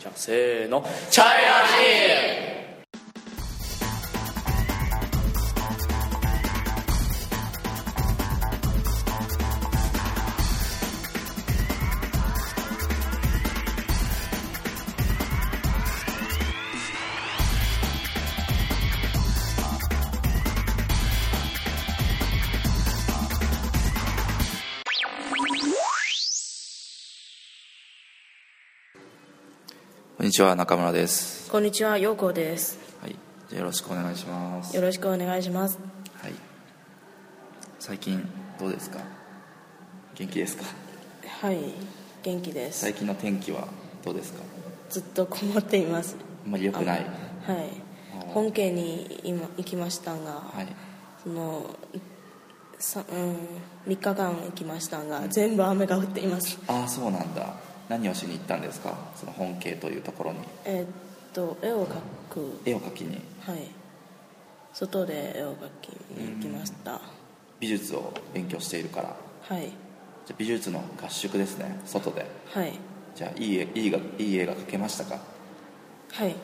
じゃあせーのチャイラこんにちは中村です、こんにちは、ようこです。はい、じゃあよろしくお願いします、よろしくお願いします。はい、最近どうですか元気ですかはい、元気です。最近の天気はどうですかずっとこもっています。あんまり良くないあはいあー。本家に今行きましたが、はいそのさうん3日間行きましたが、全部雨が降っています。ああそうなんだ何をしに行ったんですかその本家というところにえーっと絵を描く絵を描きにはい。外で絵を描きに行きました。美術を勉強しているからはいじゃあ美術の合宿ですね外ではいじゃあいい絵いいがいい絵が描けましたかはい。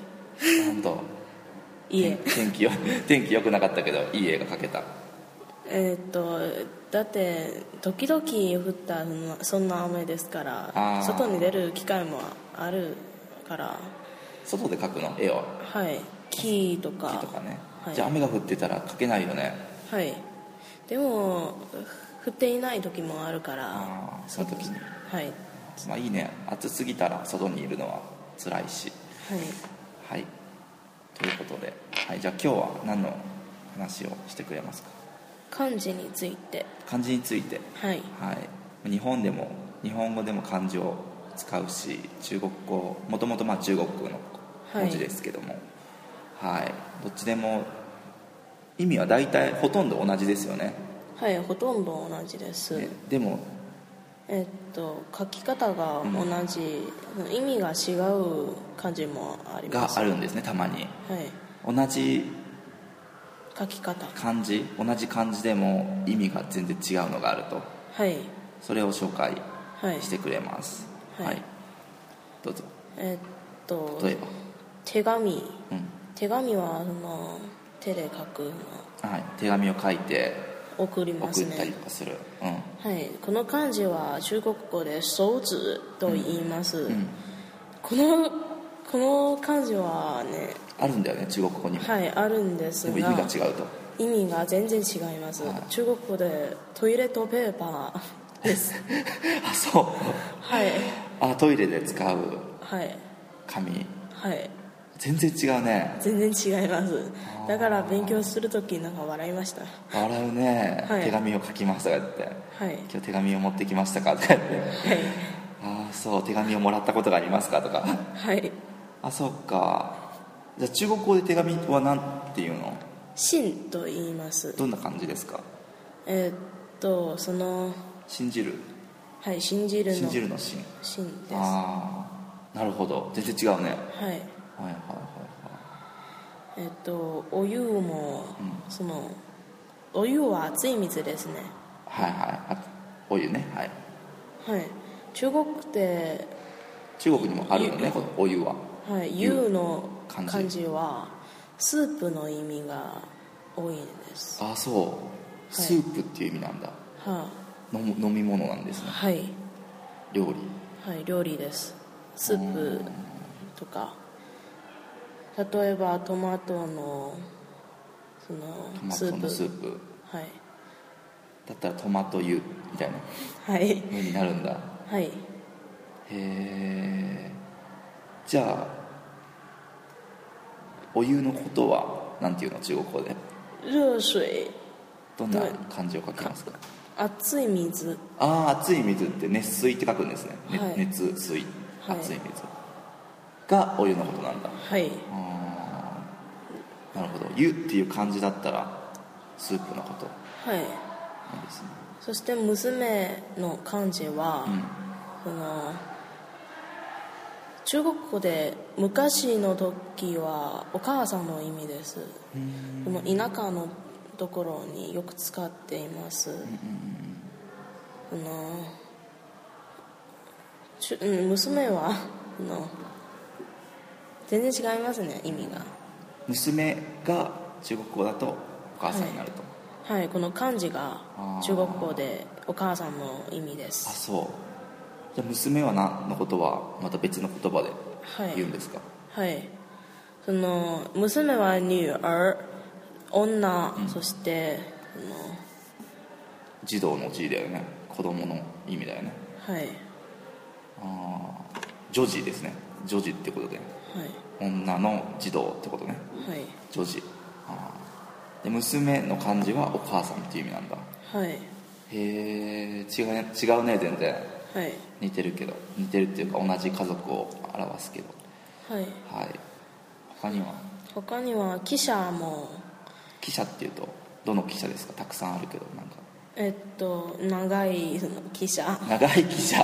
なんといえ。天気よ天気良くなかったけどいい絵が描けたえーっとだって時々降ったそんなそんな雨ですかあーら外に出る機会もあるから外で描くの絵をはい木とか木とかね、はいじゃあ雨が降ってたら描けないよねはいでも降っていない時もあるからああその時にはいはいまあいいね暑すぎたら外にいるのは辛いしはいということで、はい、じゃあ今日は何の話をしてくれますか漢字について漢字についてはいはい日本でも日本語でも漢字を使うし中国語もともとまあ中国語の文字ですけどもはい、どっちでも意味は大体ほとんど同じですよねはいほとんど同じです、ねでもえーっと書き方が同じ、意味が違う漢字もありまがすあるんですねたまにはい同じ書き方漢字同じ漢字でも意味が全然違うのがあるとはいそれを紹介はいしてくれますは、はいいどうぞえっと例えば手紙うん手紙はその手で書くのはい、手紙を書いて送ります送ったりねとかするうんはいこの漢字は中国語で「手字」と言います、んこのこの漢字はねあるんだよね中国語にも、はいあるんですでがも意味が違うと意味が全然違います、はい中国語で「トイレットペーパー」ですあそう はいあトイレで使うはい紙はい全然違うね全然違いますだから勉強するときなんか笑いました笑うね、はい手紙を書きましたってはい今日手紙を持ってきましたかって言ってはいああそう手紙をもらったことがありますかとかはいあそっかじゃあ中国語で手紙は何ていうの信と言いますどんな感じですかえーっとその信じるはい信じるの信じるの信信ですはああなるほど全然違うねいはいはいはえーっとお湯も、うんそのお湯は熱い水ですねいはいはいはいあお湯ねはいはい中国って、中国にもあるよねこのお湯ははい、湯の漢漢字字はスープの意味が多いですああそうスープっていう意味なんだ、は飲む飲み物なんですい、ねはい料理はい、料理ですスープとか例えばトマトのトそのマストープのスープはいだったらトマト湯みたいなはいのになるんだはいへえじゃあお湯のことはなんていうの中国語で熱水どんな漢字を書きますか熱い水ああ熱い水って熱水って書くんですね、ねはい熱水はい熱い水、がお湯のことなんだはいあーなるほど湯っていう漢字だったらスープのことはいなんですねそして娘の漢字は、うんその中国語で昔の時はお母さんの意味ですこの田舎のところによく使っています、そのちゅうん娘はその全然違いますね意味が娘が中国語だとお母さんになると、はいこの漢字が中国語でお母さんの意味であすそうじゃあ娘は何のことはまた別の言葉ではい言うんですか、はいその娘は女儿女、そして児童の字だよね子供の意味だよねそのはいああ女児ですね女児ってことでは女の児童ってことねいはい女児あーで娘の漢字はお母さんっていう意味なんだはいへえ違うね違うね全然はい似てるけど似てるっていうか同じ家族を表すけどはいはい他には他には記者も記者っていうとどの記者ですかたくさんあるけどなんかえっと長いその記者は長い記者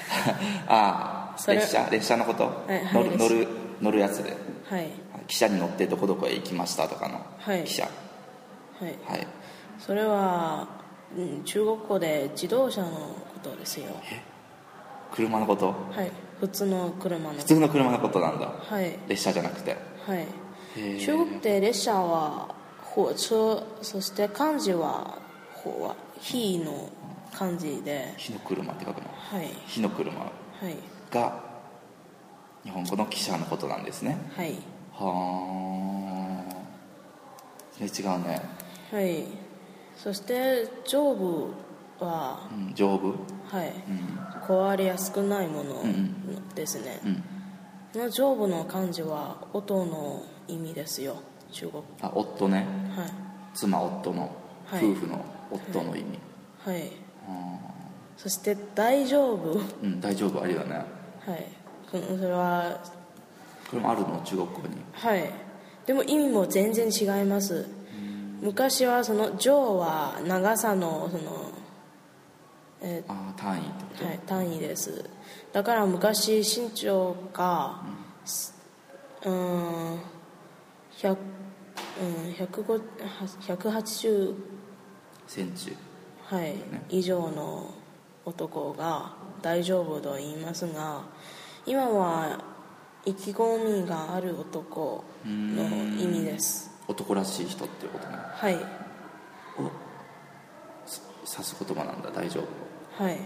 ああそれ列車列車のこと、いはい乗る列車乗る乗るやつでい記者に乗ってどこどこへ行きましたとかの、はい記者はいはいそれは、うん、中国語で自動車のことですよ車のことはい普通の車の普通の車のことなんだはい列車じゃなくてはいへえ中国で列車は火車そして漢字は火は火の漢字で火の車って書くのはい火の車はいが日本語の汽車のことなんですねはいはあそれ違うね、はいそして上部はうん、丈夫はいうん壊れやすくないものんうですね、うんの上部の漢字は音の意味ですよ中国あ夫ねはい妻夫の、はい夫婦の夫の意味、はいあそして「大丈夫」ーうん大丈夫ありだねはいこのそれはこれもあるの中国語にはいでも意味も全然違います昔はその「上」は長さのその、えああ単位ってことーはい、単位ですだから昔身長がすうーん100うん105 180センチはい、以上の男が大丈夫と言いますが今は意気込みがある男の意味です男らしい人っていうことねはいをす指す言葉なんだ大丈夫はい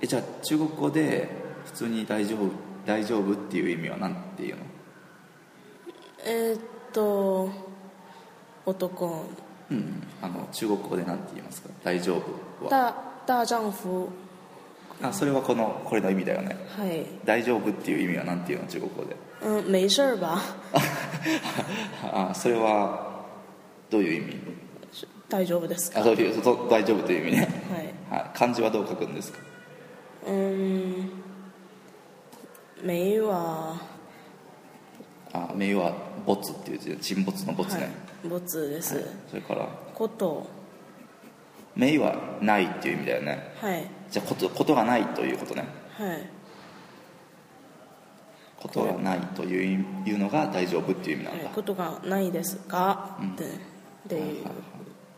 えじゃあ中国語で普通に大丈夫大丈夫っていう意味は何ていうのえーっと男うんうんあの中国語で何て言いますか大丈夫は大大丈夫あそれはこのこれの意味だよねはい、大丈夫っていう意味は何て言うの中国語でうん、没事儿吧 あそれはどういう意味大丈夫ですかあはどういうど大丈夫という意味ね、いはい、漢字はどう書くんですかうん没はあ名は没っていう字で沈没の没はね、い没です、それからこと名はないっていう意味だよねはいじゃあことことがないということねはいことがないという意味いうのが大丈夫っていう意味なんだ、ことがないですが、うんってっていう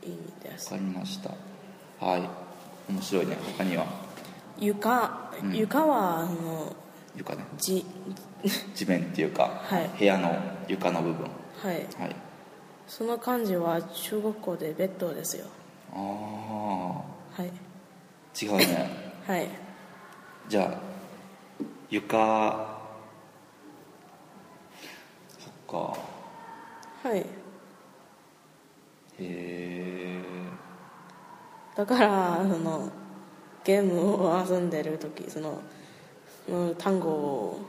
意味でわすかりましたはい面白いね他には床床はあの床ねじ地面っていうか、はい部屋の床の部分はいはいその漢字は中国語でベッドですよあはいあ違うねはいじゃあ床そっかはいへえだからそのゲームを遊んでる時そのその単語を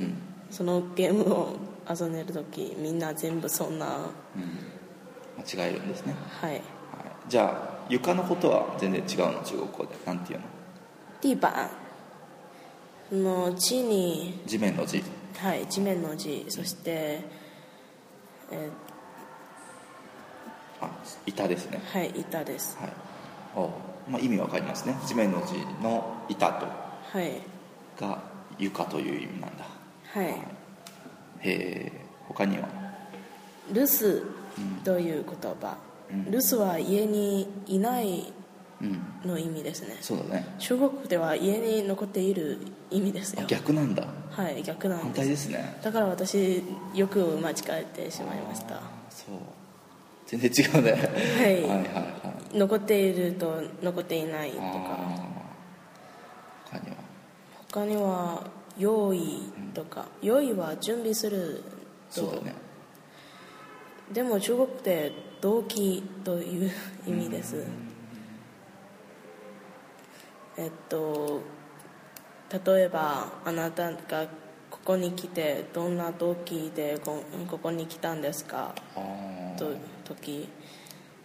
うんそのゲームを遊んでる時みんな全部そんなうん間違えるんですね、はいはい、じゃあ床のことは全然違うの中国語でなんていうの地板その地に地面の字はい、地面の字そして、えあ板ですねーはい板ですはいお、まあ、意味わかりますね地面の字の板とはいが床という意味なんだはいへえ他には留守という言葉、留守は家にいないうんの意味ですねそうだね中国では家に残っている意味ですあよ逆なんだはい逆なん反で対すですねだから私よく間違えてしまいましたそう全然違うね、いはいはいはい残っていると残っていないとあかー他には他には用意とか、用意は準備するとそうだねでも中国で動機という意味です、えっと例えばあなたがここに来てどんな動機でこここに来たんですかあーと時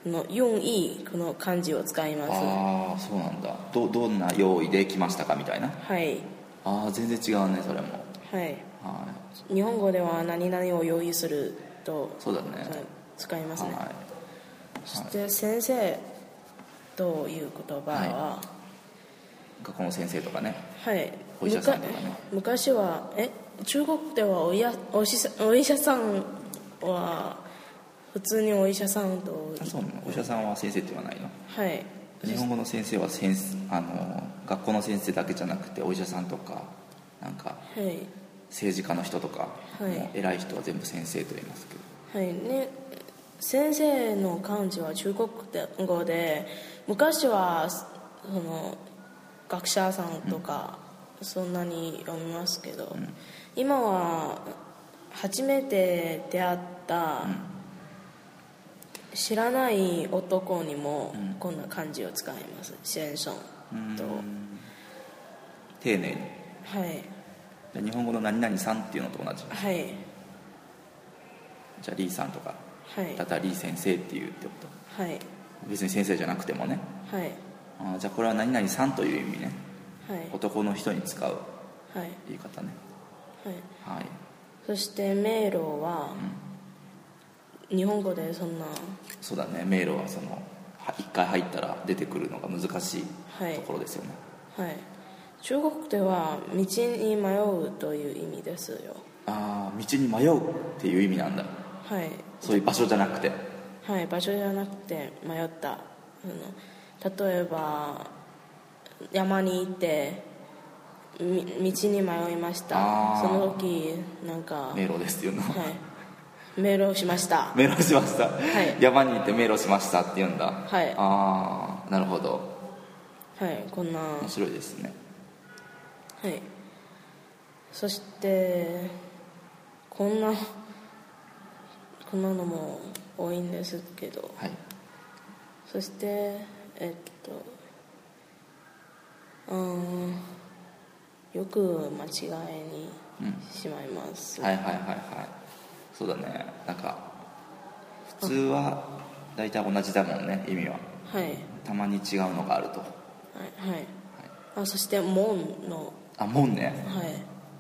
の用意この漢字を使いますあーそうなんだどどんな用意で来ましたかみたいなはいああ全然違うねそれもはいはい日本語では何々を用意するとそうだね使いますね、はいそして先生という言葉は学校の先生とかねはい、お医者さんとかねむか昔はえ中国ではおやお医者お医者さんは普通にお医者さんとあそうなのお医者さんは先生って言わないのはい日本語の先生は先生あの学校の先生だけじゃなくてお医者さんとかなんかはい政治家の人とか、はいもう偉い人は全部先生と言いますけどはいね先生の漢字は中国語で昔はその学者さんとかそんなに読みますけど、今は初めて出会った知らない男にもこんな漢字を使います先生と、丁寧にはいじゃあ日本語の何々さんっていうのと同じはいじゃあリーさんとかはいだったらリー先生っていうってこはいと別に先生じゃなくてもねはいあーじゃあこれは何々さんという意味ねはい男の人に使うはい言い方ねはいはいそして迷路は、日本語でそんなそうだね迷路はそのは一回入ったら出てくるのが難しいはいところですよね、はい中国では道に迷うという意味ですよああ道に迷うっていう意味なんだはいそういう場所じゃなくてはい場所じゃなくて迷ったあの例えば山に行ってみ道に迷いましたあーその時なんか、は迷路ですっていうの い迷路をしました迷路しました、い山に行って迷路しましたって言うんだはいああなるほどはいこんな面白いですねはいそしてこんなこんなのも多いんですけどはいそしてえっとうんよく間違えにしまいます、はいはいはいはいそうだねなんか普通は大体同じだもんね意味ははいはいたまに違うのがあるとはいあそして門のあもんね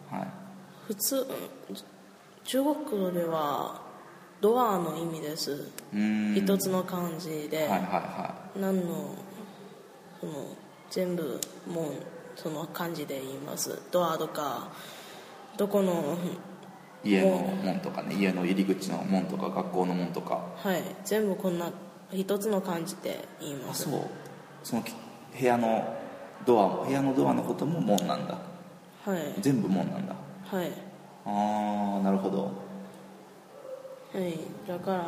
はいはい普通中国語ではドアの意味ですうーん一つの漢字で、はいはいは何のその全部もうその漢字で言いますドアとかどこのい家の門とかね家の入り口の門とか学校の門とかはい全部こんな一つの漢字で言いまあすそうそのき部屋のドア部屋のドアのことも門なんだはい全部門なんだはいああなるほどはいだから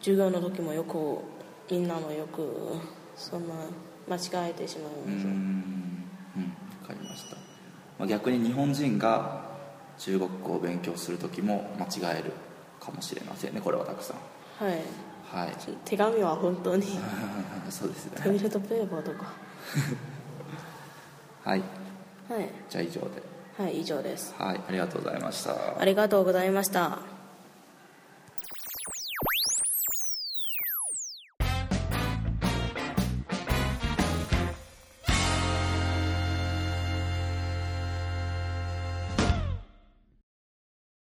授業の時もよくみんなもよくそんな間違えてしまいうーます、んうん分かりました、まあ、逆に日本人が中国語を勉強する時も間違えるかもしれませんねこれはたくさんはいはい手紙は本当にそうですトイねレットペーパーとかはいはいじゃあ以上ではい以上ですはいありがとうございましたありがとうございました